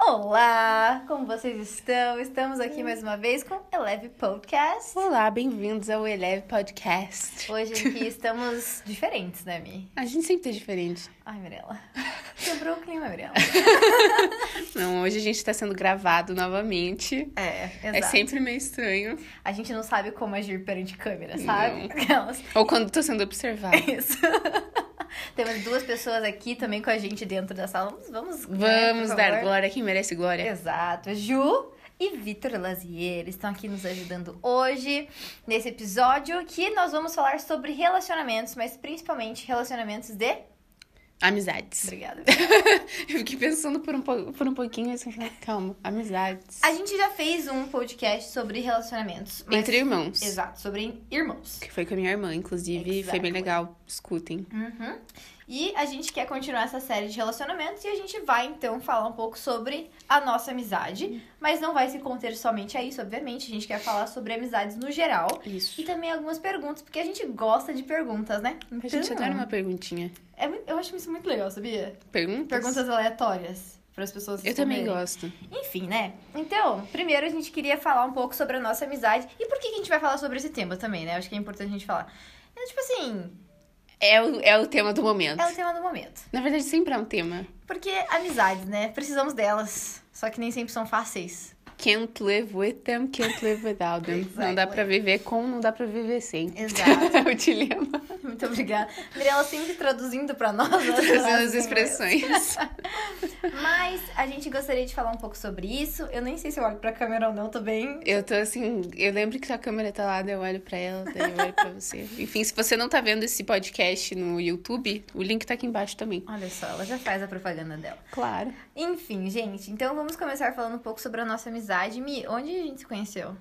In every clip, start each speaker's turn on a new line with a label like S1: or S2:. S1: Olá, como vocês estão? Estamos aqui mais uma vez com o Eleve Podcast.
S2: Olá, bem-vindos ao Eleve Podcast.
S1: Hoje aqui estamos diferentes, né, Mi?
S2: A gente sempre tá diferente.
S1: Ai, Mirella. Quebrou o clima, Mirella.
S2: Não, hoje a gente tá sendo gravado novamente.
S1: É, exato.
S2: É sempre meio estranho.
S1: A gente não sabe como agir perante câmera, sabe? Aquelas.
S2: Ou quando tô sendo observado.
S1: Isso. Temos duas pessoas aqui também com a gente dentro da sala. Vamos, vamos, né,
S2: Vamos
S1: por
S2: dar
S1: favor.
S2: glória a quem merece glória.
S1: Exato. Ju e Vitor Lazier estão aqui nos ajudando hoje nesse episódio que nós vamos falar sobre relacionamentos, mas principalmente relacionamentos de.
S2: Amizades.
S1: Obrigada.
S2: Eu fiquei pensando por um, po- por um pouquinho assim, calma. Amizades.
S1: A gente já fez um podcast sobre relacionamentos. Mas...
S2: Entre irmãos.
S1: Exato, sobre irmãos.
S2: Que foi com a minha irmã, inclusive. Foi
S1: Exactly.
S2: bem legal. Escutem.
S1: Uhum. E a gente quer continuar essa série de relacionamentos e a gente vai então falar um pouco sobre a nossa amizade, mas não vai se conter somente a isso, obviamente. A gente quer falar sobre amizades no geral
S2: Isso.
S1: e também algumas perguntas, porque a gente gosta de perguntas, né?
S2: A gente
S1: Então,
S2: adora uma perguntinha.
S1: é mui- eu acho isso muito legal, sabia?
S2: Perguntas?
S1: Perguntas aleatórias para as pessoas.
S2: Então, Eu também
S1: responderem.
S2: gosto.
S1: Enfim, né? Então, primeiro a gente queria falar um pouco sobre a nossa amizade e por que que a gente vai falar sobre esse tema também, né? Acho que é importante a gente falar. É, tipo assim,
S2: É o, é o tema do momento.
S1: é o tema do momento.
S2: Na verdade, sempre é um tema.
S1: Porque amizades, né? Precisamos delas. Só que nem sempre são fáceis.
S2: Can't live with them, can't live without them. Não dá
S1: Exactly.
S2: pra viver com, não dá pra viver sem.
S1: Exato.
S2: É o dilema
S1: Muito obrigada. Mirella sempre traduzindo pra nós. né?
S2: trazendo as expressões.
S1: Mas a gente gostaria de falar um pouco sobre isso. Eu nem sei se eu olho pra câmera ou não, tô bem.
S2: Eu tô assim, eu lembro que sua câmera tá lá, daí eu olho pra ela, daí eu olho pra você. Enfim, se você não tá vendo esse podcast no YouTube, o link tá aqui embaixo também.
S1: Olha só, ela já faz a propaganda dela.
S2: Claro.
S1: Enfim, gente, então vamos começar falando um pouco sobre a nossa amizade. Mi, onde a gente se conheceu?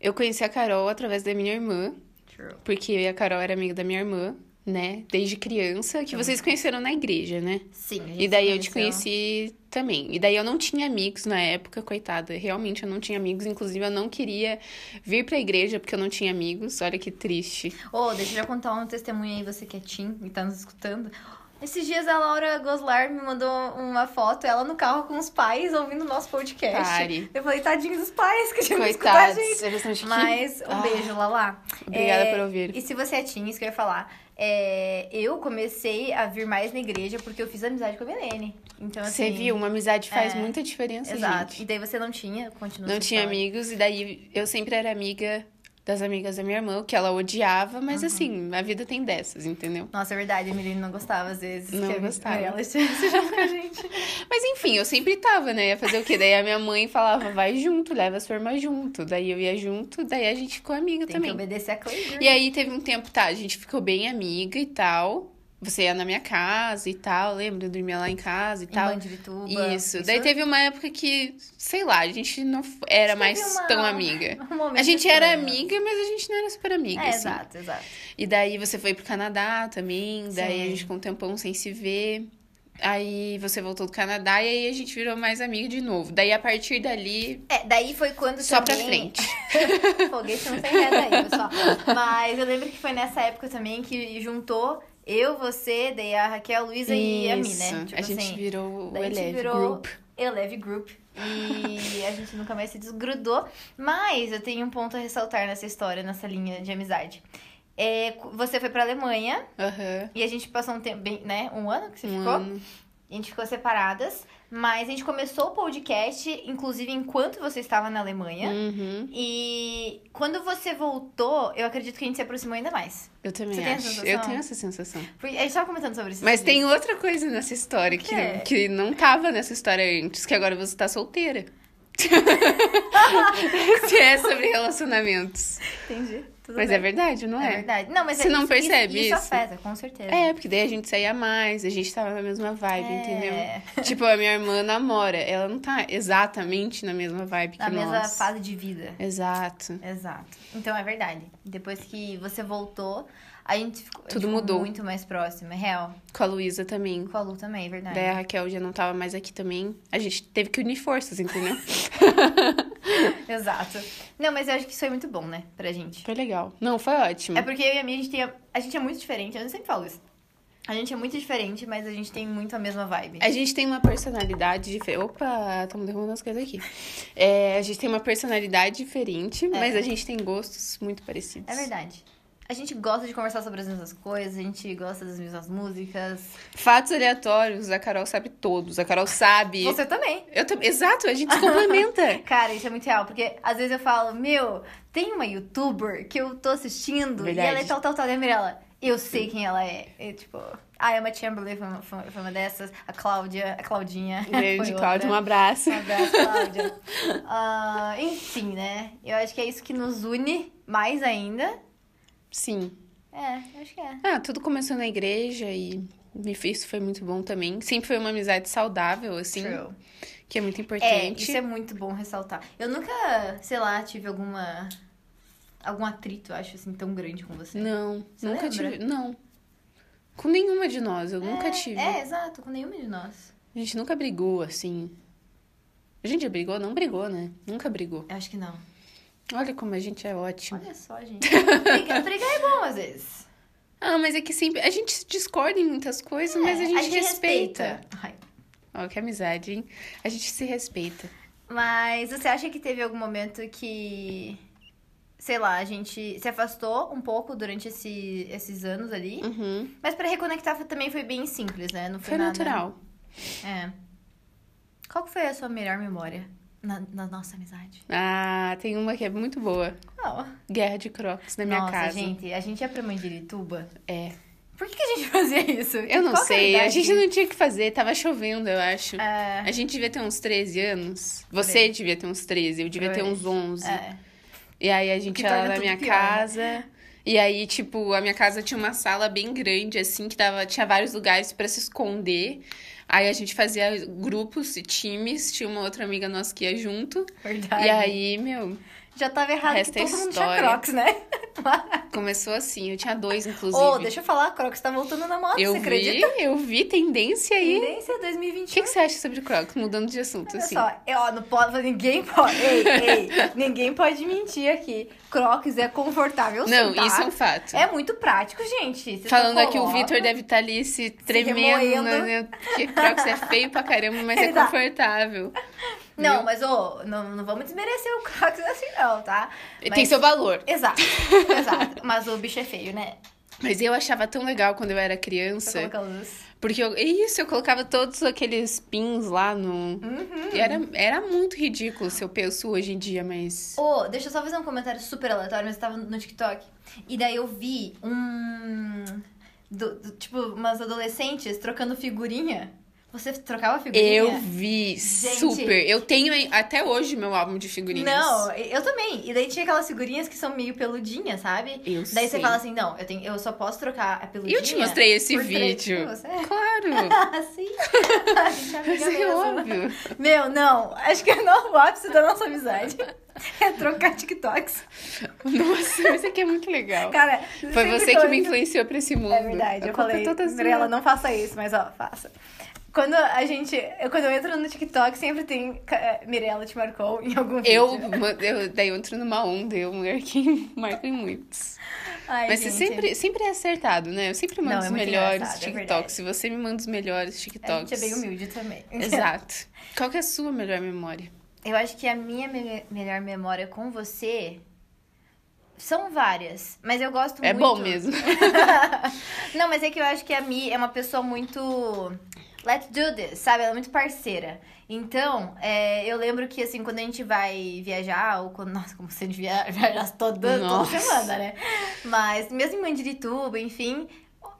S2: Eu conheci a Carol através da minha irmã,
S1: True.
S2: porque a Carol era amiga da minha irmã, né? Desde criança, que vocês conheceram na igreja, né?
S1: Sim. a gente
S2: E daí
S1: se
S2: eu te
S1: conheceu.
S2: conheci também. E daí eu não tinha amigos na época, coitada. Realmente eu não tinha amigos. Inclusive, eu não queria vir pra igreja porque eu não tinha amigos. Olha que triste.
S1: Ô, deixa eu já contar um testemunho aí, você que é Tim e tá nos escutando. Esses dias a Laura Goslar me mandou uma foto, ela no carro com os pais ouvindo o nosso podcast.
S2: Pare.
S1: Eu falei, tadinho dos pais que tinham que escutar a
S2: Coitados. É
S1: gente.
S2: Eles são chiquinhos.
S1: Mas um
S2: Ah.
S1: beijo, Lala.
S2: Obrigada
S1: É,
S2: por ouvir.
S1: E se você é Tim, isso que eu ia falar. é, eu comecei a vir mais na igreja porque eu fiz amizade com a Milene. Então, assim.
S2: Você viu? Uma amizade faz
S1: é,
S2: muita diferença,
S1: Exato. E
S2: gente.
S1: daí você não tinha, continua
S2: Não
S1: sua
S2: tinha
S1: história.
S2: amigos. E daí eu sempre era amiga das amigas da minha irmã, o que ela odiava. Mas
S1: Uhum.
S2: assim, a vida tem dessas, entendeu?
S1: Nossa, é verdade, a Milene não gostava às vezes.
S2: Não
S1: que a-
S2: gostava.
S1: Ela esteve com a gente.
S2: Mas enfim, eu sempre tava, né? Ia fazer o quê? Daí a minha mãe falava, vai junto, leva a sua irmã junto. Daí eu ia junto, daí a gente ficou amiga
S1: Tem que
S2: também.
S1: obedecer a Cleide.
S2: E aí teve um tempo, tá, a gente ficou bem amiga e tal. Você ia na minha casa e tal, lembra? Eu dormia lá em casa e
S1: Em
S2: tal.
S1: Bandituba.
S2: Isso.
S1: é
S2: Daí teve uma época que, sei lá, a gente não f-
S1: Teve
S2: era mais
S1: uma-
S2: tão amiga.
S1: um momento
S2: A gente era
S1: estranho.
S2: amiga, mas a gente não era super amiga,
S1: É,
S2: assim.
S1: exato, exato.
S2: E daí você foi pro Canadá também, daí a
S1: Sim.
S2: gente ficou um tempão sem se ver. Aí você voltou do Canadá e aí a gente virou mais amiga de novo. Daí a partir dali,
S1: É, daí foi quando
S2: só pra
S1: também...
S2: frente.
S1: Foguete não tem reta aí, pessoal. Mas eu lembro que foi nessa época também que juntou eu, você, daí a Raquel, a Luísa e a mim, né?
S2: Isso. a gente virou o
S1: daí a gente
S2: Eleve
S1: virou-
S2: Group.
S1: Eleve Group. E a gente nunca mais se desgrudou. Mas eu tenho um ponto a ressaltar nessa história, nessa linha de amizade. É, cu- você foi pra Alemanha
S2: Aham.
S1: e a gente passou um tempo, bem, né? Um ano que você
S2: Um
S1: ficou?
S2: ano.
S1: A gente ficou separadas, mas a gente começou o podcast, inclusive enquanto você estava na Alemanha.
S2: Uhum.
S1: E quando você voltou, eu acredito que a gente se aproximou ainda mais.
S2: Eu também
S1: Você tem essa
S2: acho. Eu
S1: sensação?
S2: tenho essa sensação.
S1: Porque a gente tava comentando sobre isso.
S2: Mas tem outra coisa nessa história que,
S1: É.
S2: que não tava nessa história antes, que agora você tá solteira. Se é sobre relacionamentos.
S1: Entendi. Tudo
S2: Mas
S1: bem.
S2: é verdade, não
S1: É
S2: é?
S1: verdade. Não, mas
S2: Você
S1: é
S2: não
S1: isso,
S2: percebe
S1: isso?
S2: isso?
S1: afeta, com certeza.
S2: É, porque daí a gente saía mais, a gente tava na mesma vibe,
S1: É.
S2: entendeu? Tipo, a minha irmã namora, ela não tá exatamente na mesma vibe
S1: Na
S2: que
S1: mesma
S2: nós.
S1: fase de vida.
S2: Exato.
S1: Exato. Então é verdade. Depois que você voltou, a gente ficou
S2: Tudo
S1: ficou
S2: mudou.
S1: muito mais próximo. É real.
S2: Com a Luísa também.
S1: Com a Lu também, é verdade.
S2: Daí a Raquel já não tava mais aqui também. A gente teve que unir forças, entendeu?
S1: Exato. Não, mas eu acho que isso foi muito bom, né? Pra gente.
S2: Foi legal. Não, foi ótimo.
S1: É porque eu e a minha, a gente, tem, a gente é muito diferente. Eu sempre falo isso. A gente é muito diferente, mas a gente tem muito a mesma vibe.
S2: A gente tem uma personalidade diferente. Opa, estamos derrubando as coisas aqui. É, a gente tem uma personalidade diferente, mas a gente tem gostos muito parecidos.
S1: É verdade. A gente gosta de conversar sobre as mesmas coisas, a gente gosta das mesmas músicas.
S2: Fatos aleatórios, a Carol sabe todos. A Carol sabe.
S1: Você também.
S2: Eu também. Exato, a gente se complementa.
S1: Cara, isso é muito real, porque às vezes eu falo, meu, tem uma youtuber que eu tô assistindo
S2: Verdade.
S1: e ela é tal, tal, tal. E a Mirella, eu sei quem ela é. E, tipo, a Emma Chamberlain foi uma, foi uma- foi uma dessas, a Cláudia, a Claudinha. foi
S2: Grande
S1: outra.
S2: Cláudio, um abraço.
S1: Um abraço, Cláudia. Ah, enfim, né? Eu acho que é isso que nos une mais ainda.
S2: Sim.
S1: É, eu acho que é.
S2: Ah, tudo começou na igreja e me- isso foi muito bom também. Sempre foi uma amizade saudável, assim,
S1: True.
S2: que é muito
S1: É,
S2: importante.
S1: isso é muito bom ressaltar. Eu nunca, sei lá, tive alguma. algum atrito, eu acho, assim, tão grande com você.
S2: Não,
S1: Você
S2: nunca
S1: lembra?
S2: tive. Não. Com nenhuma de nós, eu nunca
S1: É,
S2: tive.
S1: É, exato, com nenhuma de nós.
S2: A gente nunca brigou, assim. A gente já brigou? Não brigou, né? Nunca brigou.
S1: Eu acho que não.
S2: Olha como a gente é ótimo.
S1: Olha só, gente. Brigar, brigar é bom às vezes.
S2: Ah, mas é que sempre. A gente discorda em muitas coisas, mas a
S1: É,
S2: gente, respeita.
S1: Ai.
S2: Ó, que amizade, hein? A gente se respeita.
S1: Mas você acha que teve algum momento que. Sei lá, a gente se afastou um pouco durante esse- esses anos ali.
S2: Uhum.
S1: Mas pra reconectar foi- também foi bem simples, né? Não foi,
S2: Foi
S1: nada-
S2: natural.
S1: É. Qual que foi a sua melhor memória na, na nossa amizade?
S2: Ah, tem uma que é muito boa.
S1: Qual?
S2: Guerra de crocs na minha
S1: nossa,
S2: casa.
S1: gente, a gente é ia pra Mandirituba.
S2: É.
S1: Por que, que a gente fazia isso?
S2: Eu não
S1: Qual que é
S2: sei, a
S1: idade?
S2: gente não tinha o que fazer, tava chovendo, eu acho.
S1: É,
S2: A gente devia ter uns 13 anos. Você
S1: Por aí.
S2: devia ter uns 13, eu devia ter
S1: Por aí.
S2: uns 11.
S1: é.
S2: E aí a gente
S1: que
S2: ia lá
S1: torna
S2: na
S1: tudo
S2: minha
S1: pior, né?
S2: casa. E aí, tipo, a minha casa tinha uma sala bem grande, assim, que dava, tinha vários lugares pra se esconder. Aí a gente fazia grupos e times, tinha uma outra amiga nossa que ia junto.
S1: verdade.
S2: E aí, meu,
S1: Já tava errado que
S2: Resta
S1: todo mundo tinha
S2: história.
S1: Crocs, né?
S2: começou assim. Eu tinha dois, inclusive.
S1: Ô, deixa eu falar, Crocs tá voltando na moda,
S2: eu
S1: você
S2: vi,
S1: acredita?
S2: eu vi tendência aí.
S1: Tendência
S2: O que,
S1: 2021.
S2: que você acha sobre Crocs? Mudando de assunto,
S1: Olha
S2: assim.
S1: só, eu, ó, não pode, ninguém pode, ei, ei, ninguém pode mentir aqui. Crocs é confortável, sim,
S2: Não,
S1: tá?
S2: isso é um fato.
S1: É muito prático, gente. Você
S2: Falando
S1: só
S2: aqui, o
S1: coloca-
S2: Vitor deve estar ali se tremendo,
S1: remoendo.
S2: né? Porque Crocs é feio pra caramba, mas é
S1: Ele tá.
S2: confortável.
S1: Não,
S2: viu?
S1: mas ô, não, não vamos desmerecer o Crocs assim, não, tá?
S2: E
S1: Mas-
S2: Tem seu valor.
S1: Exato, exato. Mas o bicho é feio, né?
S2: Mas eu achava tão legal quando eu era
S1: Pra
S2: criança.
S1: colocar luz.
S2: Porque eu, é isso, eu colocava todos aqueles pins lá no.
S1: Uhum.
S2: E era, era muito ridículo se eu penso hoje em dia, mas.
S1: Hum. Ô, deixa eu só fazer um comentário super aleatório, mas eu tava no TikTok. E daí eu vi um. do- do- tipo, umas adolescentes trocando figurinha. Você trocava figurinha?
S2: Eu vi super. Eu tenho aí- até hoje meu álbum de figurinhas.
S1: Não, eu também. E daí tinha aquelas figurinhas que são meio peludinhas, sabe?
S2: eu
S1: Daí você
S2: sei.
S1: fala assim, não, eu, tenho, eu só posso trocar a
S2: E
S1: peludinha.
S2: eu te mostrei esse
S1: por três
S2: vídeo.
S1: quilos, é.
S2: Claro!
S1: Ah, sim. A gente é amiga
S2: Isso é
S1: mesmo.
S2: óbvio.
S1: Meu, não. Acho que é não o ápice da nossa amizade. É trocar TikToks.
S2: Nossa, isso aqui é muito legal.
S1: Cara,
S2: Foi
S1: sempre
S2: você que me
S1: quando-
S2: influenciou pra esse mundo.
S1: É verdade,
S2: A
S1: eu
S2: culpa
S1: falei,
S2: é toda sua.
S1: Mirella, não faça isso, mas ó, faça. Quando a gente. Eu, quando eu entro no TikTok, sempre tem. ca- eh, Mirella te marcou em algum
S2: Eu,
S1: vídeo.
S2: ma- eu, daí eu entro numa onda, eu mulher que marco em muitos.
S1: Ai,
S2: Mas
S1: gente,
S2: você sempre, sempre é acertado, né? Eu sempre
S1: Não,
S2: mando
S1: é
S2: os
S1: muito
S2: melhores
S1: engraçado, é
S2: TikToks. Se você me manda os melhores
S1: A
S2: TikToks.
S1: gente é bem humilde também.
S2: Exato. Qual que é a sua melhor memória?
S1: Eu acho que a minha me- melhor memória com você. São várias, mas eu gosto
S2: É
S1: muito.
S2: bom mesmo.
S1: Não, mas é que eu acho que a Mi é uma pessoa muito. Let's do this, sabe? Ela é muito parceira. Então, é, eu lembro que, assim, quando a gente vai viajar, ou quando. Nossa, como você via- viaja toda, toda
S2: Nossa.
S1: semana, né? Mas, mesmo em Mandirituba, enfim,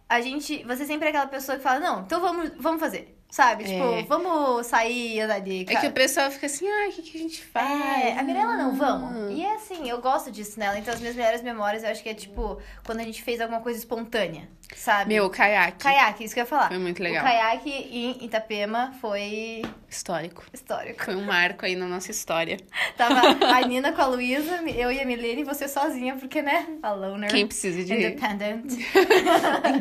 S1: a gente. Você sempre é aquela pessoa que fala: não, então vamos, vamos fazer, sabe?
S2: É.
S1: Tipo, vamos sair, andar de
S2: É que o pessoal fica assim, ah, o que, que a gente faz?
S1: é, a Mirella não,
S2: Hum.
S1: vamos. E é assim, eu gosto disso nela. Então, as minhas melhores memórias, eu acho que é tipo, quando a gente fez alguma coisa espontânea, sabe?
S2: Meu, caiaque.
S1: Caiaque, isso que eu ia falar.
S2: Foi muito legal.
S1: O caiaque em Itapema foi
S2: Histórico.
S1: histórico.
S2: Foi um marco aí na nossa história.
S1: Tava a Nina com a Luísa, eu e a Milene e você sozinha, porque, né? A loner.
S2: Quem precisa de.
S1: tá. Independent.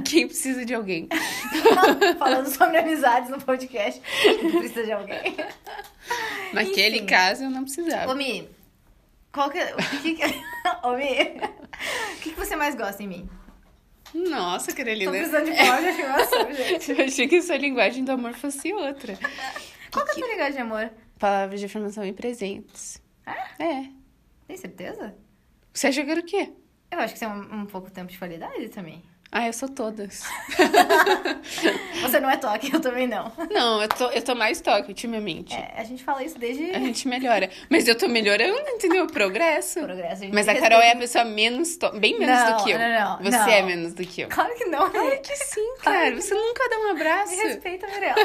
S2: Quem precisa de alguém?
S1: Falando sobre amizades no podcast. Não precisa de alguém.
S2: Naquele
S1: Enfim.
S2: caso, eu não precisava.
S1: Ô, Mi, qual que... é, O que que... Ô, Mi, o que que você mais gosta em mim?
S2: Nossa,
S1: Tô
S2: Carolina.
S1: precisando de voz de afirmação. gente.
S2: Eu achei que essa linguagem do amor fosse outra.
S1: Qual que é a tua linguagem de amor?
S2: Palavras de afirmação e presentes.
S1: Ah?
S2: É.
S1: Tem certeza?
S2: Você achou que era o quê?
S1: Eu acho que você é um, um pouco tempo de qualidade também.
S2: Ah, eu sou todas.
S1: Você não é toque, eu também não.
S2: Não, eu tô, eu tô mais toque ultimamente.
S1: É, a gente É. fala isso desde
S2: A gente melhora. Mas eu tô melhorando, entendeu? Progresso.
S1: o progresso. gente
S2: Mas a
S1: respeita-
S2: Carol é a pessoa menos to... bem menos
S1: Não,
S2: do que eu.
S1: não, não,
S2: Você
S1: não.
S2: é menos do que eu.
S1: Claro que não,
S2: Claro
S1: né?
S2: que sim, cara. Você nunca dá um
S1: Me
S2: abraço.
S1: respeita, Mirella.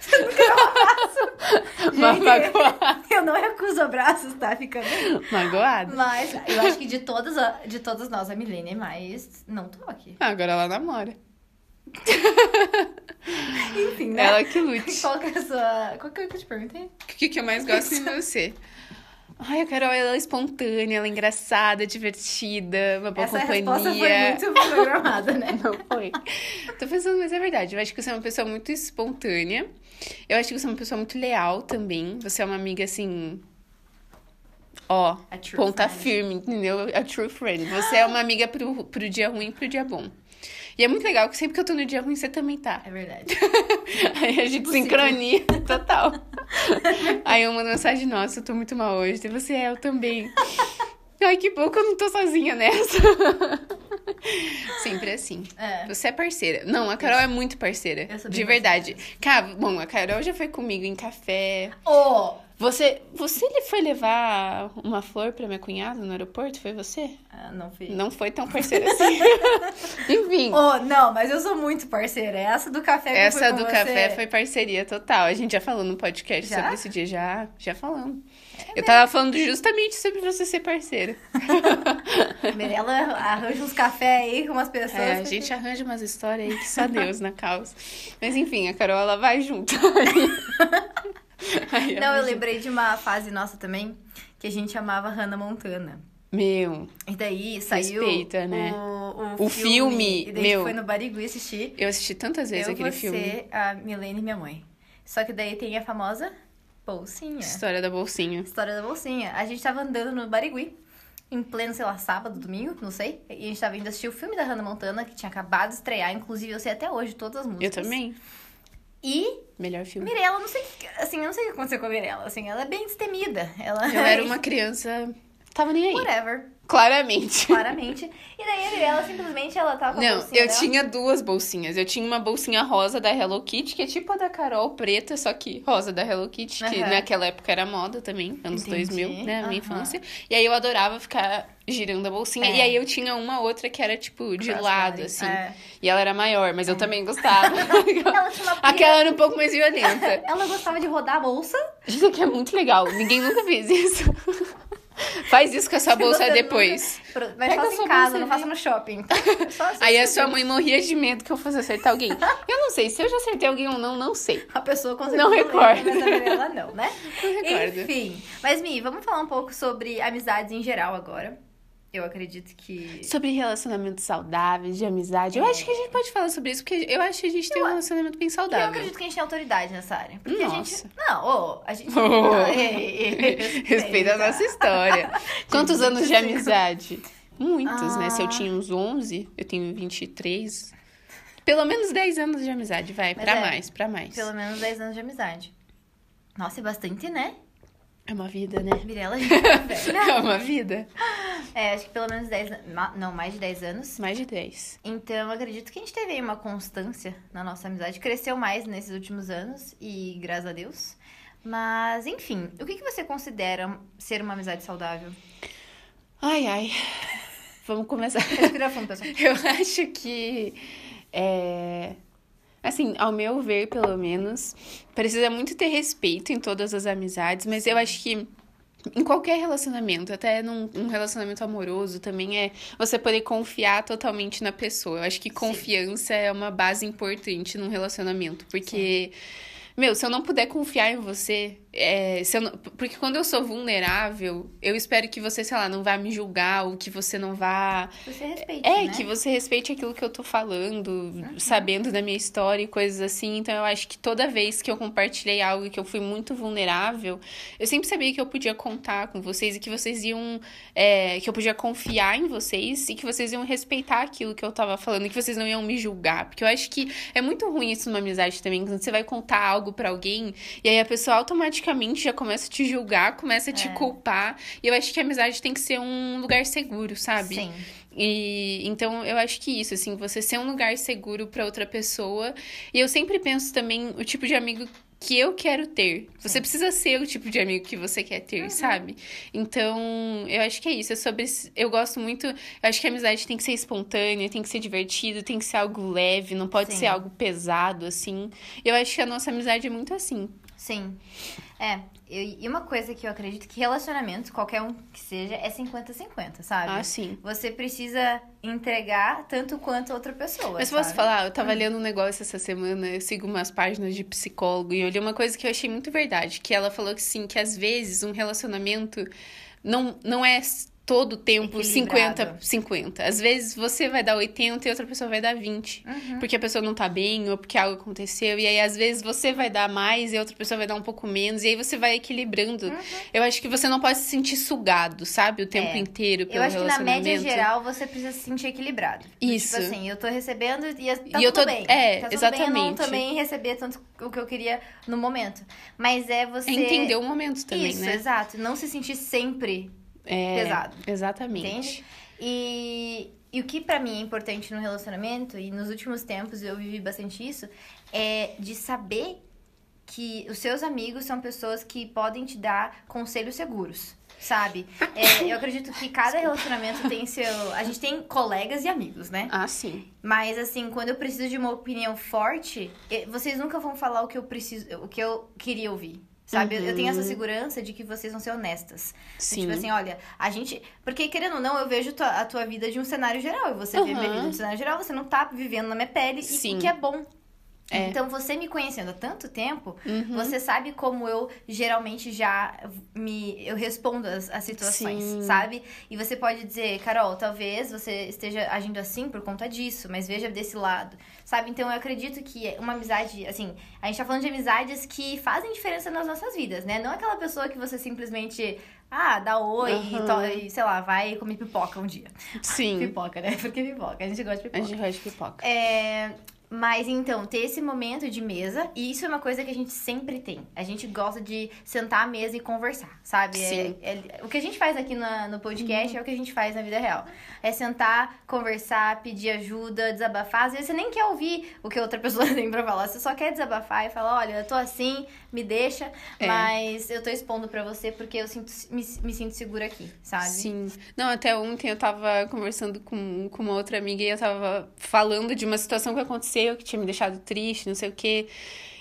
S1: Você nunca dá um
S2: Uma
S1: abraço. Gente,
S2: magoa-
S1: eu não recuso abraços, tá? Fica bem.
S2: Magoada.
S1: Mas eu acho que de todas, a- de todas nós, a Milene é mais não toque.
S2: Ah, agora ela namora.
S1: Enfim, né?
S2: Ela que lute.
S1: Qual que é a sua... Qual que é que eu te perguntei?
S2: O que, que eu mais gosto em você? Ai, a Carol, ela é espontânea, ela é engraçada, divertida, uma boa
S1: Essa é resposta foi
S2: companhia.
S1: muito programada, né?
S2: Não foi. Tô pensando, mas é verdade. Eu acho que você é uma pessoa muito espontânea. Eu acho que você é uma pessoa muito leal também. Você é uma amiga assim. Ó,
S1: A É true
S2: ponta
S1: friend.
S2: firme, entendeu? A true friend. Você é uma amiga pro, pro dia ruim e pro dia bom. E é muito legal que sempre que eu tô no dia ruim, você também tá.
S1: É verdade.
S2: Aí a gente
S1: Impossível.
S2: sincronia total. Aí eu mando mensagem, nossa, eu tô muito mal hoje. Daí você é, eu também. Ai, que bom que eu não tô sozinha nessa. Sempre assim.
S1: É.
S2: Você é parceira. Não, a Carol é muito parceira.
S1: Eu sou bem
S2: de verdade. Cara, bom, a Carol já foi comigo em café.
S1: Ô!
S2: Você, você lhe foi levar uma flor pra minha cunhada no aeroporto? Foi você?
S1: Ah, não fui.
S2: Não foi tão parceira assim. Enfim.
S1: Oh, não, mas eu sou muito parceira. Essa do café que eu fui
S2: Essa
S1: com
S2: do
S1: você-
S2: café foi parceria total. A gente já falou no podcast
S1: Já? É
S2: sobre esse dia, já, já falamos. eu tava falando justamente sobre você ser parceira.
S1: Mirella arranja uns cafés aí com umas pessoas.
S2: É, a
S1: que-
S2: gente arranja umas histórias aí que só Deus na causa. Mas enfim, a Carol, ela vai junto.
S1: Não,
S2: Aí ela
S1: eu
S2: vai junto.
S1: lembrei de uma fase nossa também, que a gente amava Hannah Montana.
S2: Meu,
S1: E daí saiu
S2: Respeita, né?
S1: o,
S2: O filme,
S1: E daí
S2: meu.
S1: a gente foi no Barigui assistir.
S2: eu assisti tantas vezes
S1: eu,
S2: aquele
S1: você,
S2: filme.
S1: a Milene e minha mãe. Só que daí tem a famosa bolsinha.
S2: História da bolsinha.
S1: História da bolsinha. A gente tava andando no Barigui, em pleno, sei lá, sábado, domingo, não sei. E a gente tava indo assistir o filme da Hannah Montana, que tinha acabado de estrear. Inclusive, eu sei até hoje todas as
S2: Eu
S1: músicas.
S2: também.
S1: E
S2: Melhor filme.
S1: Mirella, não sei o que. Assim, eu não sei o que aconteceu com a Mirella. Assim, ela é bem destemida. Ela
S2: Eu era uma criança. Tava nem aí.
S1: Whatever,
S2: Claramente.
S1: claramente. E daí a Mirella simplesmente ela tava com a
S2: Não,
S1: bolsinha
S2: eu
S1: dela.
S2: tinha duas bolsinhas. Eu tinha uma bolsinha rosa da Hello Kitty, que é tipo a da Carol preta, só que rosa da Hello Kitty, que
S1: Aham.
S2: naquela época era moda também, anos
S1: Entendi.
S2: 2000, né,
S1: Aham.
S2: minha infância. E aí eu adorava ficar girando a bolsinha.
S1: É.
S2: E aí eu tinha uma outra que era tipo de
S1: Crossbody.
S2: lado, assim.
S1: É.
S2: E ela era maior, mas eu também gostava.
S1: Ela tinha uma pira-
S2: Aquela era um pouco mais violenta.
S1: Ela gostava de rodar a bolsa.
S2: Isso aqui é muito legal. Ninguém nunca fez isso. Faz isso com essa bolsa
S1: Você
S2: depois.
S1: nunca- Pro- Mas
S2: Pega a
S1: faça
S2: sua
S1: em casa,
S2: bolsa
S1: não
S2: aí.
S1: faça no shopping. Só assim.
S2: Aí é a sua mãe morria de medo que eu fosse acertar alguém. Eu não sei, se eu já acertei alguém ou não, não sei.
S1: A pessoa consegue
S2: Não recordo.
S1: Mas a Mirella não, né?
S2: Não recordo.
S1: Enfim. Mas, Mi, vamos falar um pouco sobre amizades em geral agora. Eu acredito que...
S2: Sobre relacionamentos saudáveis, de amizade. Eu acho que a gente pode falar sobre isso, porque É. eu acho que a gente tem um relacionamento bem
S1: E eu
S2: saudável.
S1: acredito que a gente tem autoridade nessa área. Porque a gente...
S2: Nossa.
S1: Não, ô, a gente...
S2: Oh.
S1: Ei, ei, ei,
S2: Respeita a nossa história. Quantos anos de
S1: 25.
S2: amizade? Muitos, né? Se eu
S1: Ah.
S2: tinha uns 11, eu tenho 23. Pelo menos 10 anos de amizade, vai.
S1: Mas
S2: Pra
S1: é,
S2: mais, pra mais.
S1: Pelo menos 10 anos de amizade. Nossa, é bastante, né?
S2: É uma vida, né?
S1: Mirella, a gente tá velha.
S2: É uma vida.
S1: É, acho que pelo menos 10... an- ma- Não, mais de 10 anos.
S2: Mais de 10.
S1: Então, eu acredito que a gente teve aí uma constância na nossa amizade. Cresceu mais nesses últimos anos e graças a Deus. Mas, enfim, o que, que você considera ser uma amizade saudável?
S2: Ai, ai. Vamos começar.
S1: Respira fundo, pessoal.
S2: Eu acho que. É... Assim, ao meu ver, pelo menos, precisa muito ter respeito em todas as amizades, mas eu acho que em qualquer relacionamento, até num um relacionamento amoroso, também é você poder confiar totalmente na pessoa. Eu acho que
S1: Sim.
S2: confiança é uma base importante num relacionamento, porque Meu, se eu não puder confiar em você, é, se eu não- porque quando eu sou vulnerável, eu espero que você, sei lá, não vá me julgar ou que você não vá.
S1: Você respeita,
S2: É,
S1: né? Uhum.
S2: que você respeite aquilo que eu tô falando, sabendo da minha história e coisas assim. Então eu acho que toda vez que eu compartilhei algo e que eu fui muito vulnerável, eu sempre sabia que eu podia contar com vocês e que vocês iam. é, que eu podia confiar em vocês e que vocês iam respeitar aquilo que eu tava falando e que vocês não iam me julgar. Porque eu acho que é muito ruim isso numa amizade também, quando você vai contar algo pra alguém e aí a pessoa automaticamente já começa a te julgar, começa a te
S1: É.
S2: culpar. E eu acho que a amizade tem que ser um lugar seguro, sabe?
S1: Sim.
S2: E então eu acho que isso, assim, você ser um lugar seguro pra outra pessoa. E eu sempre penso também o tipo de amigo que eu quero ter. Você
S1: Sim.
S2: precisa ser o tipo de amigo que você quer ter,
S1: Uhum.
S2: sabe? Então, eu acho que é isso. É sobre. esse- Eu gosto muito. Eu acho que a amizade tem que ser espontânea, tem que ser divertido, tem que ser algo leve, não pode
S1: Sim.
S2: ser algo pesado, assim. Eu acho que a nossa amizade é muito assim.
S1: Sim. É, eu- e uma coisa que eu acredito que relacionamento, qualquer um que seja, é 50-50, sabe?
S2: Ah, sim.
S1: Você precisa entregar tanto quanto a outra pessoa.
S2: Mas posso
S1: sabe?
S2: falar, eu
S1: Hum.
S2: tava lendo um negócio essa semana, eu sigo umas páginas de psicólogo e eu li uma coisa que eu achei muito verdade, que ela falou que sim, que às vezes um relacionamento não, não é s- todo o tempo
S1: Equilibrado.
S2: 50 50. Às vezes você vai dar 80 e outra pessoa vai dar 20.
S1: Uhum.
S2: Porque a pessoa não tá bem ou porque algo aconteceu. E aí, às vezes, você vai dar mais e a outra pessoa vai dar um pouco menos. E aí você vai equilibrando.
S1: Uhum.
S2: Eu acho que você não pode se sentir sugado, sabe? O tempo
S1: É.
S2: inteiro pelo
S1: Eu acho que na
S2: relacionamento.
S1: média geral você precisa se sentir equilibrado. Do
S2: Isso.
S1: Tipo assim, eu tô recebendo e tá
S2: E
S1: tudo
S2: eu tô-
S1: bem.
S2: é,
S1: tá tudo Bem, eu não
S2: exatamente.
S1: também receber tanto o que eu queria no momento. Mas é você.
S2: É entender o momento também,
S1: Isso,
S2: né?
S1: exato. Não se sentir sempre
S2: É,
S1: pesado.
S2: Exatamente.
S1: Entende? E, e o que pra mim é importante no relacionamento, e nos últimos tempos eu vivi bastante isso, é de saber que os seus amigos são pessoas que podem te dar conselhos seguros. Sabe? É, eu acredito que cada relacionamento tem seu. A gente tem colegas e amigos, né?
S2: Ah, sim.
S1: Mas assim, quando eu preciso de uma opinião forte, eh, vocês nunca vão falar o que eu preciso, o que eu queria ouvir. Sabe? Eu- Eu tenho essa
S2: Uhum.
S1: segurança de que vocês vão ser honestas.
S2: Sim.
S1: Tipo assim, olha, a gente. Porque, querendo ou não, eu vejo tua- a tua vida de um cenário geral. E você vê minha
S2: Aham.
S1: vida de um cenário geral, você não tá vivendo na minha pele, e
S2: Sim.
S1: o que é bom.
S2: É.
S1: Então, você me conhecendo há tanto tempo,
S2: Uhum.
S1: você sabe como eu geralmente já me. Eu respondo às, às situações,
S2: Sim.
S1: sabe? E você pode dizer, Carol, talvez você esteja agindo assim por conta disso, mas veja desse lado, sabe? Então, eu acredito que uma amizade, assim, a gente tá falando de amizades que fazem diferença nas nossas vidas, né? Não aquela pessoa que você simplesmente. Ah, dá oi e,
S2: Aham.
S1: to- e, sei lá, vai comer pipoca um dia.
S2: Sim.
S1: Pipoca, né? Porque pipoca, a gente gosta de
S2: A
S1: pipoca.
S2: gente gosta de pipoca.
S1: É, mas então, ter esse momento de mesa, e isso é uma coisa que a gente sempre tem. A gente gosta de sentar à mesa e conversar, sabe? É-
S2: Sim. Uhum.
S1: é- o que a gente faz aqui na- no podcast é o que a gente faz na vida real. É sentar, conversar, pedir ajuda, desabafar. Às vezes você nem quer ouvir o que a outra pessoa tem pra falar. Você só quer desabafar e falar, olha, eu tô assim, me deixa.
S2: É.
S1: Mas eu tô expondo pra você porque eu sinto- me, me sinto segura aqui, sabe?
S2: Sim. Não, até ontem eu tava conversando com, com uma outra amiga e eu tava falando de uma situação que aconteceu que tinha me deixado triste, não sei o quê.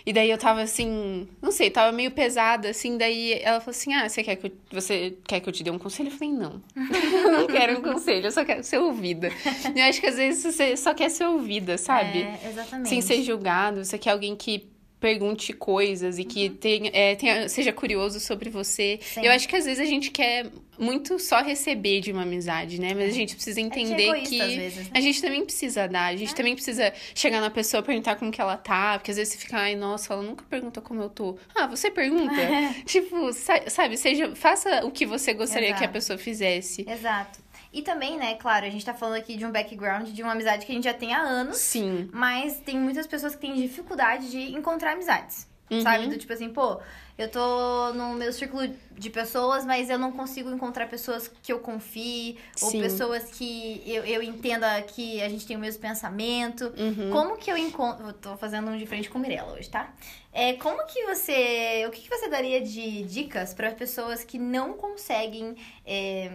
S2: E daí eu tava assim, não sei, tava meio pesada, assim. Daí ela falou assim: Ah, você quer que eu, você quer que eu te dê um conselho? Eu falei: Não, não quero um conselho, eu só quero ser ouvida. E eu acho que às vezes você só quer ser ouvida, sabe?
S1: É, exatamente.
S2: Sem ser julgado, você quer alguém que pergunte coisas e que tenha, é, tenha- seja curioso sobre você.
S1: Uhum. Sim.
S2: Eu acho que às vezes a gente quer muito só receber de uma amizade, né? Mas a gente precisa
S1: A gente é
S2: entender
S1: egoísta
S2: que
S1: às vezes, né? É.
S2: a gente também precisa dar, a gente também precisa chegar na pessoa, perguntar como que ela tá, porque às vezes você fica, ai, nossa, ela nunca perguntou como eu tô. Ah, você pergunta? tipo, sa- sabe, seja, faça o que você gostaria que a
S1: Exato.
S2: pessoa fizesse.
S1: Exato. E também, né, claro, a gente tá falando aqui de um background, de uma amizade que a gente já tem há anos,
S2: Sim.
S1: mas tem muitas pessoas que têm dificuldade de encontrar amizades. Sabe?
S2: Uhum.
S1: Do tipo assim, pô, eu tô no meu círculo de pessoas, mas eu não consigo encontrar pessoas que eu confie, ou
S2: Sim.
S1: pessoas que eu, eu entenda que a gente tem o mesmo pensamento.
S2: Uhum.
S1: Como que eu encontro. eu Tô fazendo um de frente com a Mirella hoje, tá? É, como que você. O que, que você daria de dicas pra pessoas que não conseguem é,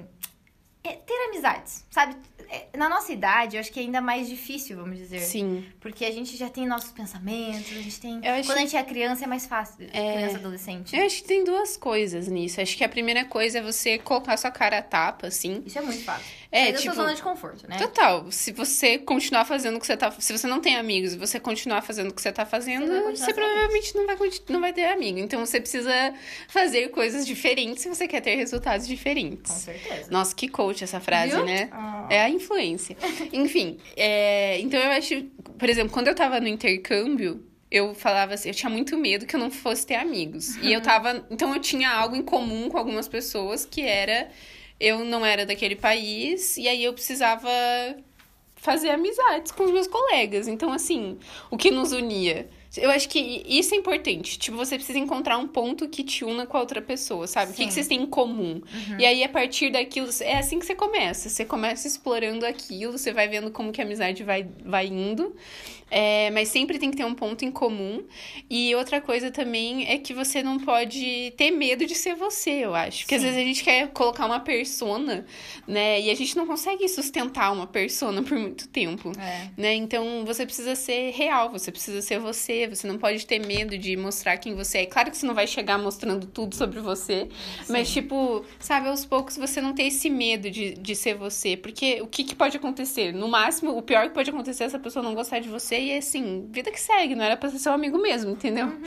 S1: é, ter amizades? Sabe? É, na nossa idade, eu acho que é ainda mais difícil, vamos dizer.
S2: Sim.
S1: Porque a gente já tem nossos pensamentos, a gente tem.
S2: Eu acho-
S1: Quando a gente é criança é mais fácil. Criança adolescente.
S2: Eu acho que tem duas coisas nisso. Acho que a primeira coisa é você colocar sua cara a tapa, assim.
S1: Isso é muito fácil.
S2: É,
S1: da
S2: tipo.
S1: sua zona de conforto, né?
S2: Total, se você continuar fazendo o que você tá. Se você não tem amigos e você continuar fazendo o que você tá fazendo,
S1: Você vai
S2: você,
S1: continuar sendo
S2: provavelmente não vai, conti- não vai ter amigo. Então você precisa fazer coisas diferentes se você quer ter resultados
S1: Com
S2: diferentes.
S1: certeza.
S2: Nossa, que coach essa frase,
S1: Viu?
S2: né?
S1: Ah.
S2: É a influência. Enfim, é, então eu acho, por exemplo, quando eu tava no intercâmbio, eu falava assim, eu tinha muito medo que eu não fosse ter amigos. E eu tava, então eu tinha algo em comum com algumas pessoas que era eu não era daquele país e aí eu precisava fazer amizades com os meus colegas. Então assim, o que nos unia eu acho que isso é importante. Tipo, você precisa encontrar um ponto que te una com a outra pessoa, sabe? O que,
S1: Sim.
S2: que vocês têm em comum? E aí, a partir daquilo, é assim que você começa. Você começa explorando aquilo, você vai vendo como que a amizade vai, vai indo. É, mas sempre tem que ter um ponto em comum. E outra coisa também é que você não pode ter medo de ser você, eu acho. Porque às
S1: Sim.
S2: vezes a gente quer colocar uma persona, né? E a gente não consegue sustentar uma persona por muito tempo
S1: É.
S2: né? Então você precisa ser real, você precisa ser você, você não pode ter medo de mostrar quem você é. Claro que você não vai chegar mostrando tudo sobre você, mas tipo, sabe, aos poucos você não ter esse medo de, de ser você, porque o que, que pode acontecer? No máximo, o pior que pode acontecer é essa pessoa não gostar de você e assim, vida que segue, não era pra ser seu amigo mesmo, entendeu?
S1: Uhum.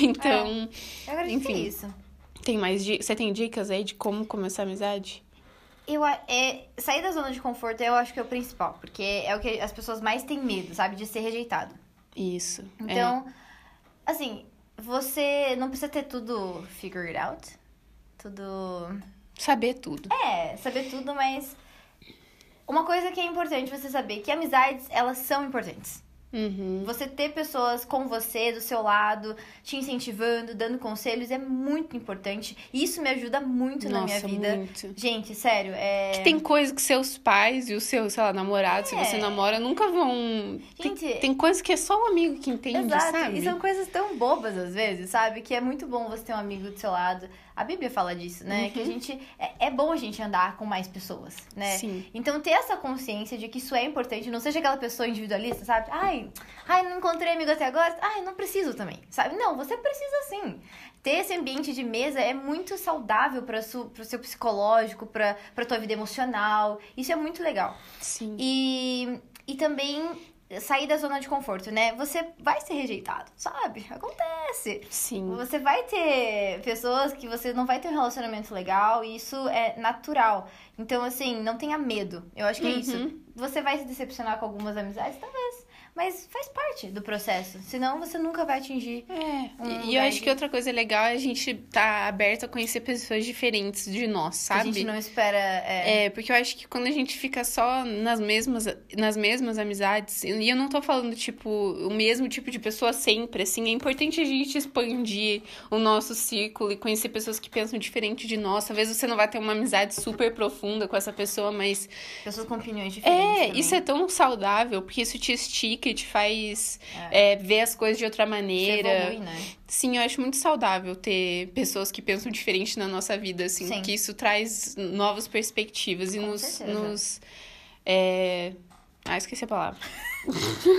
S2: Então,
S1: Eu acredito
S2: Enfim.
S1: Enfim. é isso.
S2: tem mais di- você tem dicas aí de como começar a amizade?
S1: Eu, a- é, sair da zona de conforto eu acho que é o principal, porque é o que as pessoas mais têm medo, sabe? De ser rejeitado.
S2: Isso. é.
S1: Então, assim, você não precisa ter tudo figured out. Tudo.
S2: saber tudo.
S1: É, saber tudo, mas. Uma coisa que é importante você saber que amizades, elas são importantes.
S2: Uhum.
S1: Você ter pessoas com você, do seu lado, te incentivando, dando conselhos, é muito importante. E isso me ajuda muito na minha
S2: Nossa,
S1: vida.
S2: muito.
S1: Gente, sério, é.
S2: Que tem coisa que seus pais e o seu, sei lá, namorado, se
S1: É.
S2: você namora, nunca vão. Tem,
S1: Gente-
S2: tem coisa que é só um amigo que entende,
S1: Exato. é um,
S2: sabe?
S1: E são coisas tão bobas às vezes, sabe? Que é muito bom você ter um amigo do seu lado. A Bíblia fala disso, né?
S2: Uhum.
S1: Que a gente. É, é bom a gente andar com mais pessoas, né?
S2: Sim.
S1: Então ter essa consciência de que isso é importante, não seja aquela pessoa individualista, sabe? Ai, ai, não encontrei amigo até agora, ai, não preciso também, sabe? Não, você precisa sim. Ter esse ambiente de mesa é muito saudável para o seu psicológico, para a tua vida emocional. Isso é muito legal.
S2: Sim.
S1: E, e também sair da zona de conforto, né? Você vai ser rejeitado, sabe? Acontece.
S2: Sim.
S1: Você vai ter pessoas que você não vai ter um relacionamento legal e isso é natural. Então, assim, não tenha medo. Eu acho que é
S2: Uhum.
S1: isso. Você vai se decepcionar com algumas amizades? Talvez. Mas faz parte do processo. Senão você nunca vai atingir.
S2: É.
S1: Um
S2: e eu
S1: lugar
S2: acho
S1: de-
S2: que outra coisa legal é a gente tá aberto a conhecer pessoas diferentes de nós,
S1: A
S2: sabe?
S1: gente não espera. É,
S2: É, porque eu acho que quando a gente fica só nas mesmas, nas mesmas amizades, e eu não tô falando, tipo, o mesmo tipo de pessoa sempre, assim, é importante a gente expandir o nosso círculo e conhecer pessoas que pensam diferente de nós. Talvez você não vá ter uma amizade super profunda com essa pessoa, mas
S1: pessoas com opiniões diferentes.
S2: é,
S1: também.
S2: isso é tão saudável, porque isso te estica e te faz é, ver as coisas de outra
S1: Você
S2: maneira.
S1: evolui, né?
S2: Sim, eu acho muito saudável ter pessoas que pensam diferente na nossa vida, assim,
S1: Sim.
S2: que isso traz novas perspectivas e
S1: Com
S2: nos.
S1: certeza.
S2: nos é... Ah, esqueci a palavra.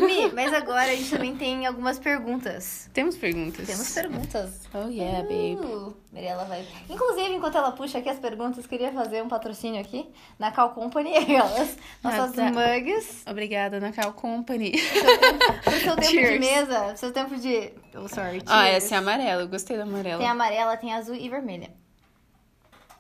S1: Mi, mas agora a gente também tem algumas perguntas.
S2: Temos perguntas.
S1: Temos perguntas.
S2: Oh, yeah, babe.
S1: Uh, Mirella vai. Inclusive, enquanto ela puxa aqui as perguntas, queria fazer um patrocínio aqui na Cal Company. Elas, nossas
S2: Nada.
S1: mugs.
S2: Obrigada, Nacal Company.
S1: Pro seu tempo
S2: Cheers.
S1: de mesa, pro seu tempo de. Oh, sorry.
S2: Ah,
S1: cheers.
S2: essa é amarela. Eu gostei da
S1: Tem
S2: amarela.
S1: amarela, tem azul e vermelha.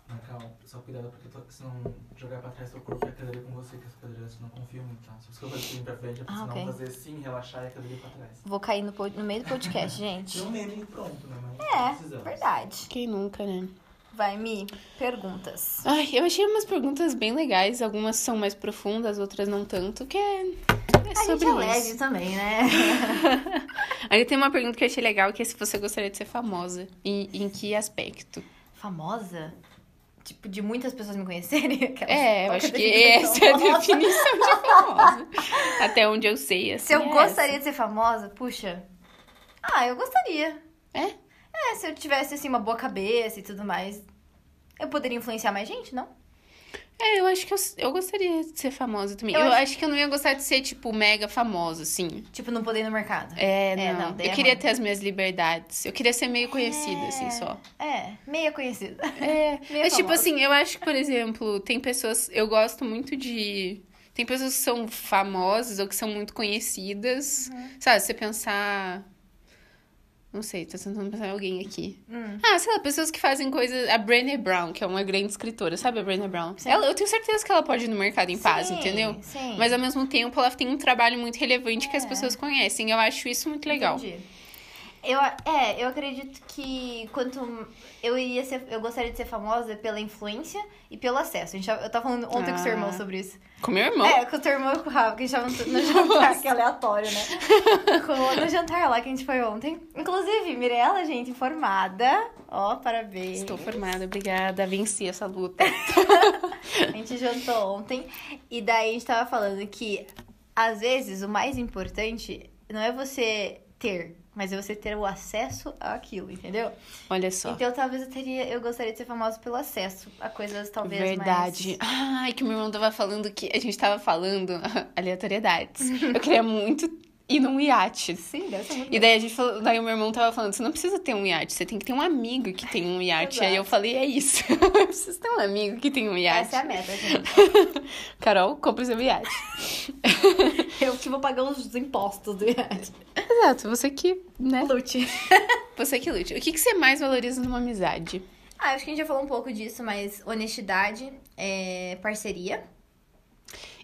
S3: Não, calma, só cuidado porque eu tô- se não jogar pra trás seu corpo vai cadeira com você, que essa cadeira eu não confio muito, tá? Só isso que eu vou assim pra frente, é pra
S1: Ah,
S3: você não
S1: ok.
S3: fazer assim, relaxar e a cadeira pra trás.
S1: Vou cair no, pod- no meio do podcast, gente.
S3: Tem um meme pronto, né? Mas não
S1: É,
S3: precisamos.
S1: verdade.
S2: Quem nunca, né?
S1: Vai, Mi, perguntas.
S2: Ai, eu achei umas perguntas bem legais. Algumas são mais profundas, outras não tanto, que é, é
S1: A gente
S2: sobre
S1: é
S2: isso.
S1: leve também, né?
S2: Aí tem uma pergunta que eu achei legal, que é se você gostaria de ser famosa. Em, em que aspecto?
S1: Famosa? Tipo, de muitas pessoas me conhecerem? Aquelas-
S2: É, eu
S1: qual
S2: acho
S1: a
S2: que
S1: definição
S2: essa é a
S1: famosa?
S2: definição de famosa. Até onde eu sei, assim.
S1: Se eu
S2: é
S1: gostaria de ser famosa, puxa. Ah, eu gostaria.
S2: É?
S1: É, se eu tivesse assim uma boa cabeça e tudo mais, eu poderia influenciar mais gente, não?
S2: essa. É, eu acho que eu, eu gostaria de ser famosa também.
S1: Eu
S2: Eu,
S1: acho-
S2: acho que eu não ia gostar de ser, tipo, mega famosa, assim.
S1: Tipo, não poder ir no mercado.
S2: É, não.
S1: É, não, daí
S2: eu
S1: é
S2: queria
S1: ruim.
S2: ter as minhas liberdades. Eu queria ser meio conhecida, assim,
S1: É.
S2: só.
S1: É, meia conhecida.
S2: É.
S1: Meia
S2: Mas, tipo
S1: famosa.
S2: assim, eu acho que, por exemplo, tem pessoas. Eu gosto muito de. Tem pessoas que são famosas ou que são muito conhecidas.
S1: Uhum.
S2: Sabe, se você pensar. Não sei, tô tentando pensar em alguém aqui.
S1: Hum.
S2: Ah, sei lá, pessoas que fazem coisas. A Brené Brown, que é uma grande escritora, sabe a Brené Brown? Ela, eu tenho certeza que ela pode ir no mercado em paz,
S1: Sim,
S2: entendeu?
S1: Sim.
S2: Mas é ao mesmo tempo ela tem um trabalho muito relevante que as
S1: É.
S2: pessoas conhecem. Eu acho isso muito legal.
S1: Entendi. Eu, a- é, eu acredito que quanto eu iria ser, eu gostaria de ser famosa pela influência e pelo acesso. A gente, tava- eu tava falando ontem com o seu
S2: Ah.
S1: irmão sobre isso.
S2: Com meu irmão.
S1: É, com o teu irmão e com o Rafa, que a gente tava no, no jantar, que é aleatório, né? Com- no jantar lá que a gente foi ontem. Inclusive, Mirella, gente, formada. Ó, parabéns.
S2: Estou formada, obrigada. Venci essa luta.
S1: A gente jantou ontem e daí a gente tava falando que às vezes o mais importante não é você ter, mas é você ter o acesso àquilo, entendeu?
S2: Olha só.
S1: Então talvez eu teria, eu gostaria de ser famosa pelo acesso a coisas talvez
S2: Verdade.
S1: mais.
S2: Ai, que meu irmão tava falando que. A gente tava falando aleatoriedades. Eu queria muito ir num iate.
S1: Sim, deve ser muito
S2: E daí a gente falou, daí o meu irmão tava falando, você não precisa ter um iate, você tem que ter um amigo que tem um iate. Aí eu
S1: Exato.
S2: falei, é isso. eu preciso ter um amigo que tem um
S1: bom.
S2: iate.
S1: Essa é a meta, gente.
S2: Carol, compra o seu iate.
S1: Eu que vou pagar os impostos do iate.
S2: Exato, você que, né?
S1: Lute.
S2: Você que lute. O que, que você mais valoriza numa amizade?
S1: Ah, acho que a gente já falou um pouco disso, mas honestidade, é, parceria.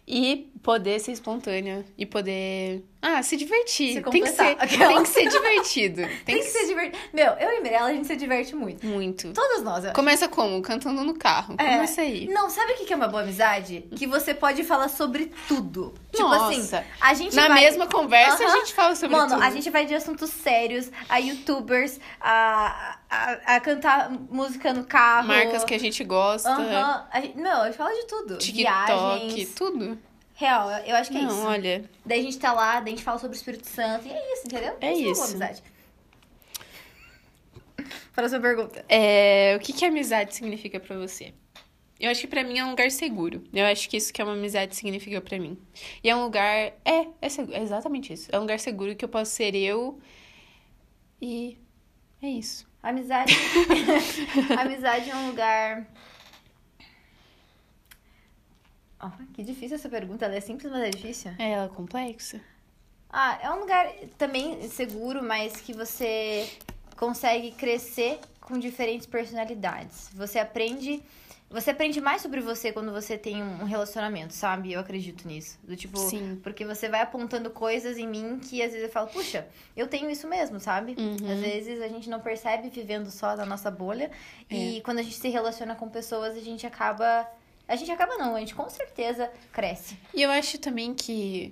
S2: E poder ser espontânea. E poder. Ah, se divertir.
S1: Se
S2: tem, que ser,
S1: completar.
S2: tem que ser divertido. Tem,
S1: Tem, que ser divertido. Meu, eu e Mirella, a gente se diverte muito.
S2: Muito.
S1: Todos nós, eu
S2: Começa como? Cantando no carro.
S1: É.
S2: Começa aí.
S1: Não, sabe o que que é uma boa amizade? Que você pode falar sobre tudo. Tipo assim,
S2: Nossa.
S1: a gente
S2: Na
S1: vai...
S2: mesma conversa
S1: Aham.
S2: a gente fala sobre
S1: Mano,
S2: tudo.
S1: a gente vai de assuntos sérios, a youtubers, a, a, a cantar música no carro.
S2: Marcas que a gente gosta.
S1: Aham. A gente- Não, a gente fala de tudo.
S2: TikTok,
S1: Viagens.
S2: tudo.
S1: Real, eu- eu acho que é
S2: Não,
S1: isso.
S2: olha.
S1: Daí a gente tá lá, daí a gente fala sobre o Espírito Santo. E é isso, entendeu?
S2: É
S1: uma boa
S2: isso.
S1: amizade. Para sua pergunta.
S2: É, o que, que amizade significa pra você? Eu acho que pra mim é um lugar seguro. Eu acho que isso que é uma amizade significa pra mim. E é um lugar. É, é, segu- é exatamente isso. É um lugar seguro que eu posso ser eu. E é isso.
S1: Amizade. amizade é um lugar. Ó, Ah, que difícil essa pergunta. Ela é simples, mas é difícil.
S2: É ela complexa?
S1: Ah, é um lugar também seguro, mas que você consegue crescer com diferentes personalidades. Você aprende. Você aprende mais sobre você quando você tem um relacionamento, sabe? Eu acredito nisso. Do tipo.
S2: Sim.
S1: Porque você vai apontando coisas em mim que às vezes eu falo, puxa, eu tenho isso mesmo, sabe?
S2: Uhum.
S1: Às vezes a gente não percebe vivendo só na nossa bolha.
S2: É.
S1: E quando a gente se relaciona com pessoas, a gente acaba. A gente acaba não, a gente com certeza cresce.
S2: E eu acho também que,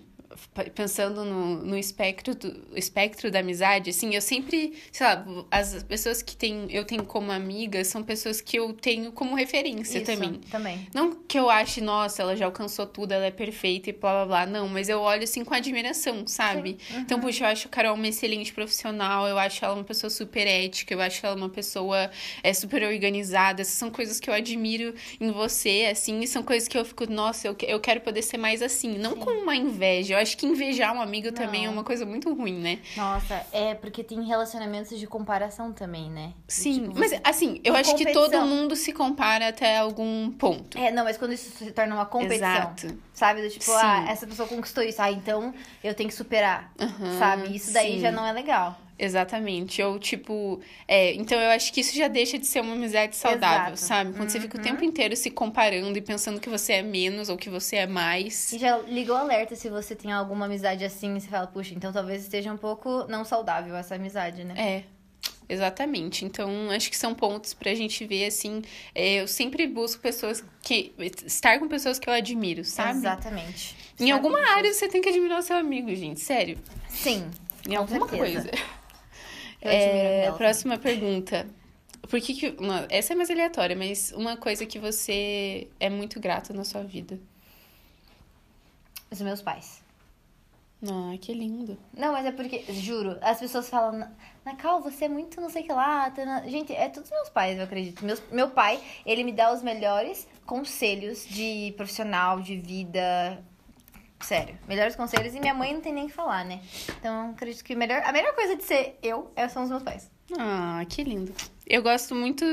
S2: p- pensando no, no espectro, do, espectro da amizade, assim, eu sempre, sei lá, as pessoas que tem, eu tenho como amiga são pessoas que eu tenho como referência
S1: Isso,
S2: também.
S1: Também.
S2: Não que eu ache, nossa, ela já alcançou tudo, ela é perfeita e blá blá blá. Não, mas eu olho assim com admiração, sabe? Então, puxa, eu acho a Carol uma excelente profissional, eu acho ela uma pessoa super ética, eu acho ela uma pessoa é, super organizada. Essas são coisas que eu admiro em você, assim, e são coisas que eu fico, nossa, eu, que- eu quero poder ser mais assim. Não com uma inveja. Eu acho que invejar um amigo também é
S1: Não.
S2: uma coisa muito ruim, né?
S1: Nossa, é porque tem relacionamentos de comparação também, né? E,
S2: Sim.
S1: tipo,
S2: mas
S1: você-
S2: assim, eu acho que todo
S1: competição.
S2: mundo se compara até algum ponto.
S1: É, não, mas quando isso se torna uma competição,
S2: Exato.
S1: sabe? Do tipo, ah,
S2: Sim.
S1: essa pessoa conquistou isso, ah, então eu tenho que superar,
S2: Aham,
S1: sabe? Isso daí
S2: sim.
S1: já não é legal.
S2: Exatamente. Ou, tipo, é, então eu acho que isso já deixa de ser uma amizade saudável,
S1: Exato. Uhum.
S2: sabe? Quando você fica o tempo inteiro se comparando e pensando que você é menos ou que você é mais.
S1: E já ligou o alerta se você tem alguma amizade assim e você fala, puxa, então talvez esteja um pouco não saudável essa amizade, né?
S2: É. Exatamente. Então, acho que são pontos pra gente ver, assim. é, eu sempre busco pessoas que. Estar com pessoas que eu admiro, sabe?
S1: Exatamente.
S2: Em alguma área você tem que admirar o seu amigo, gente. Sério.
S1: Sim.
S2: Em
S1: Com
S2: alguma
S1: certeza.
S2: coisa.
S1: Eu
S2: É,
S1: admiro a Bela.
S2: próxima pergunta. Por que que. uma- essa é mais aleatória, mas uma coisa que você é muito grata na sua vida.
S1: Os meus pais.
S2: Ah, que lindo.
S1: Não, mas é porque, juro, as pessoas falam, Nacal, você é muito não sei o que lá. tá na-" Gente, é todos meus pais, eu acredito. Meus, meu pai, ele me dá os melhores conselhos de profissional, de vida. Sério, melhores conselhos. E minha mãe não tem nem o que falar, né? Então, eu acredito que o melhor, a melhor coisa de ser eu é- são os meus pais.
S2: Ah, que lindo. Eu gosto muito.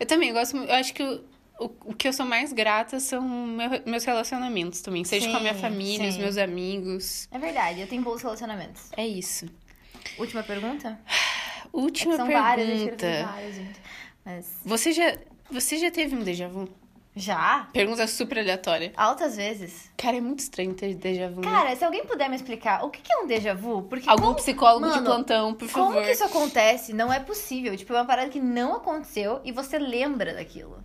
S2: Eu também gosto. mu- Eu acho que o, o, o que eu sou mais grata são meu- meus relacionamentos também. Seja com a minha
S1: Sim,
S2: família, os
S1: sim.
S2: meus amigos.
S1: É verdade, eu tenho bons relacionamentos.
S2: É isso.
S1: Última pergunta? É que
S2: Última
S1: são várias, eu escrevi
S2: pergunta.
S1: várias, gente. Mas,
S2: Você já, você já teve um déjà vu?
S1: já?
S2: Pergunta super aleatória.
S1: Altas vezes.
S2: Cara, é muito estranho ter déjà vu. né?
S1: Cara, se alguém puder me explicar o que que é um déjà vu, porque
S2: Algum
S1: como-
S2: psicólogo de
S1: Mano,
S2: plantão, por favor.
S1: Como que isso acontece? Não é possível. Tipo, é uma parada que não aconteceu e você lembra daquilo.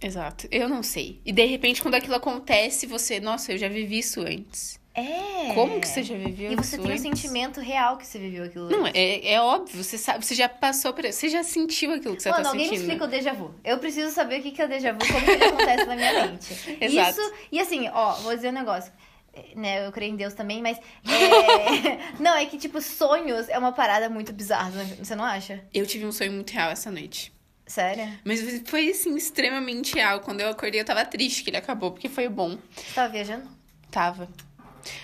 S2: Exato. Eu não sei. E de repente, quando aquilo acontece, você. Nossa, eu já vivi isso antes.
S1: É.
S2: Como que você já viveu
S1: E você
S2: isso
S1: tem o
S2: antes?
S1: sentimento real que você viveu aquilo.
S2: Não, é, é óbvio, você sabe, você já passou por isso, você já sentiu aquilo que você
S1: Mano,
S2: tá
S1: alguém
S2: sentindo.
S1: me explica o déjà vu. Eu preciso saber o que que é o déjà vu, como que ele acontece na minha mente.
S2: Exato.
S1: Isso, e assim, ó, vou dizer um negócio. É, Né, eu creio em Deus também, mas. é, não, é que, tipo, sonhos é uma parada muito bizarra, né? você não acha?
S2: Eu tive um sonho muito real essa noite.
S1: Sério?
S2: Mas foi, assim, extremamente real. Quando eu acordei, eu tava triste que ele acabou, porque foi bom.
S1: Você tava viajando?
S2: Tava.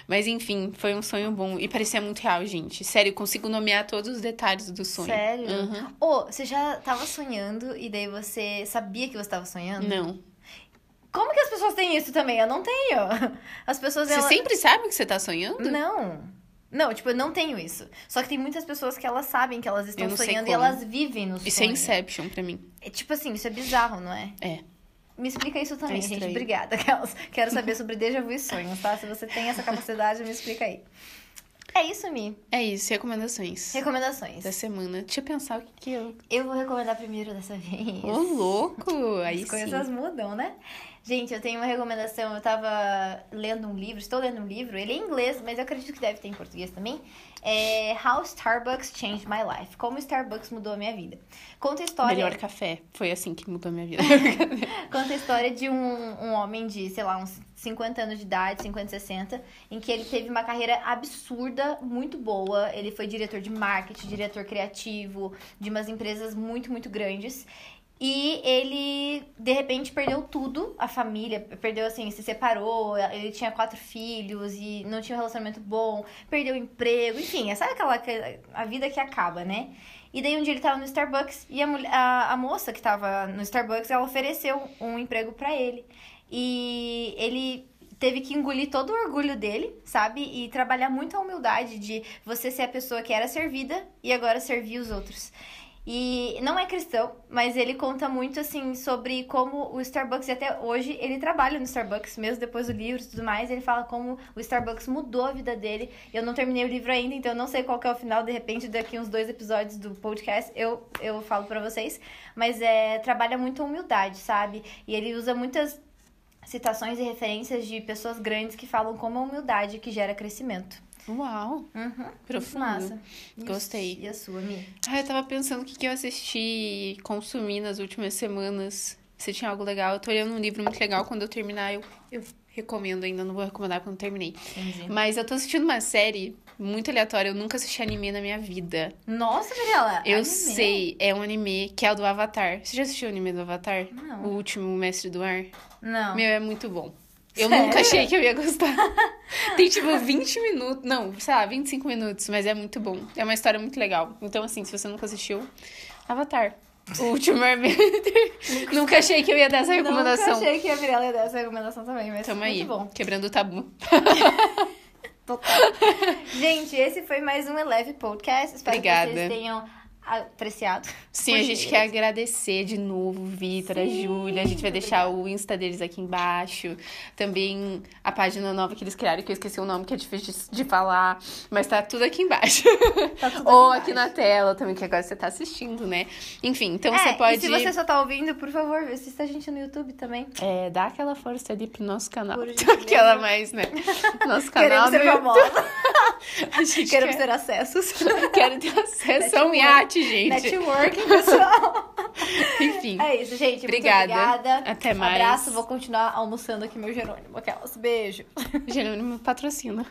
S2: Mas enfim, foi um sonho bom. E parecia muito real, gente. Sério, eu consigo nomear todos os detalhes do sonho.
S1: Sério?
S2: Uhum.
S1: Ô, você já tava sonhando e daí você sabia que você tava sonhando?
S2: Não.
S1: Como que as pessoas têm isso também? Eu não tenho. As pessoas.
S2: Você
S1: elas...
S2: sempre sabe o que você tá sonhando?
S1: Não. Não, tipo, eu não tenho isso. Só que tem muitas pessoas que elas sabem que elas estão
S2: não sei
S1: sonhando e
S2: como.
S1: elas vivem no sonho.
S2: Isso é Inception pra mim.
S1: É, Tipo assim, isso é bizarro, não é?
S2: É.
S1: Me explica isso também, gente.
S2: estranho.
S1: Obrigada, Kels. Quero saber sobre déjà vu e sonhos, tá? Se você tem essa capacidade, me explica aí. É isso, Mi.
S2: É isso, recomendações.
S1: Recomendações.
S2: Da semana. Deixa eu pensar o que, que eu.
S1: Eu vou recomendar primeiro dessa vez.
S2: Ô, louco! Uh, Aí
S1: As
S2: sim.
S1: coisas mudam, né? Gente, eu tenho uma recomendação. Eu tava lendo um livro, estou lendo um livro. Ele é em inglês, mas eu acredito que deve ter em português também. É How Starbucks Changed My Life. Como Starbucks mudou a minha vida. Conta a história.
S2: Melhor café. Foi assim que mudou minha vida.
S1: Conta a história de um, um homem de, sei lá, uns 50 anos de idade, 50, 60, em que ele teve uma carreira absurda, muito boa. Ele foi diretor de marketing, diretor criativo, de umas empresas muito, muito grandes. E ele, de repente, perdeu tudo, a família, perdeu assim, se separou, ele tinha quatro filhos e não tinha um relacionamento bom, perdeu o emprego, enfim, é- sabe aquela que- a vida que acaba, né? E daí um dia ele tava no Starbucks e a, mulher- a, a moça que tava no Starbucks, ela ofereceu um emprego pra ele. E ele teve que engolir todo o orgulho dele, sabe? E trabalhar muito a humildade de você ser a pessoa que era servida e agora servir os outros. E não é cristão, mas ele conta muito assim sobre como o Starbucks e até hoje ele trabalha no Starbucks mesmo depois do livro e tudo mais, ele fala como o Starbucks mudou a vida dele. Eu não terminei o livro ainda, então eu não sei qual que é o final, de repente daqui uns dois episódios do podcast eu eu falo pra vocês, mas é trabalha muito a humildade, sabe? E ele usa muitas citações e referências de pessoas grandes que falam como a humildade que gera crescimento.
S2: Uau!
S1: Uhum.
S2: Profundo.
S1: Massa.
S2: Gostei.
S1: E a sua, Mi?
S2: Ah, eu tava pensando o que, que eu assisti e consumi nas últimas semanas. Se tinha algo legal. Eu tô lendo um livro muito legal. Quando eu terminar, eu, eu recomendo ainda. Não vou recomendar porque eu não terminei.
S1: Entendi.
S2: Mas eu tô assistindo uma série muito aleatória. Eu nunca assisti anime na minha vida.
S1: Nossa, Mirella!
S2: Eu
S1: anime?
S2: sei, é um anime que é o do Avatar. Você já assistiu o anime do Avatar?
S1: Não.
S2: O último o Mestre do Ar?
S1: Não.
S2: Meu, é muito bom. Eu
S1: Sério?
S2: nunca achei que eu ia gostar. Tem tipo 20 minutos, não, sei lá, 25 minutos, mas é muito bom. É uma história muito legal. Então, assim, se você nunca assistiu, Avatar. O último Airbender. nunca achei que eu ia dar essa
S1: Nunca
S2: recomendação.
S1: achei que a Mirella ia dar essa recomendação também, mas
S2: Tamo
S1: muito
S2: aí,
S1: bom.
S2: quebrando o tabu.
S1: Total. Gente, esse foi mais um Eleve Podcast. Espero
S2: Obrigada.
S1: que vocês tenham apreciado.
S2: Sim, a gente quer agradecer de novo, Vitor, a
S1: Sim,
S2: Júlia. A gente vai deixar o Insta deles aqui embaixo. Também a página nova que eles criaram, que eu esqueci o nome, que é difícil de de falar. Mas tá tudo aqui embaixo.
S1: Tá tudo
S2: Ou
S1: aqui
S2: aqui na tela também, que agora você tá assistindo, né? Enfim, então
S1: É,
S2: você pode
S1: E se você só tá ouvindo, por favor, assista a gente no YouTube também.
S2: é, dar aquela força ali pro nosso canal.
S1: Por gentileza.
S2: Aquela mais, né? Nosso
S1: Queremos
S2: canal.
S1: ser
S2: meu-
S1: famosos,
S2: A gente
S1: queremos
S2: quer-
S1: ter acessos.
S2: Quero ter acesso a um
S1: Network.
S2: iate, gente.
S1: Networking, pessoal.
S2: Enfim.
S1: É isso, gente. Muito
S2: Obrigada.
S1: obrigada.
S2: Até mais.
S1: Abraço, vou continuar almoçando aqui meu Jerônimo. Aquelas. Beijo.
S2: Jerônimo patrocina.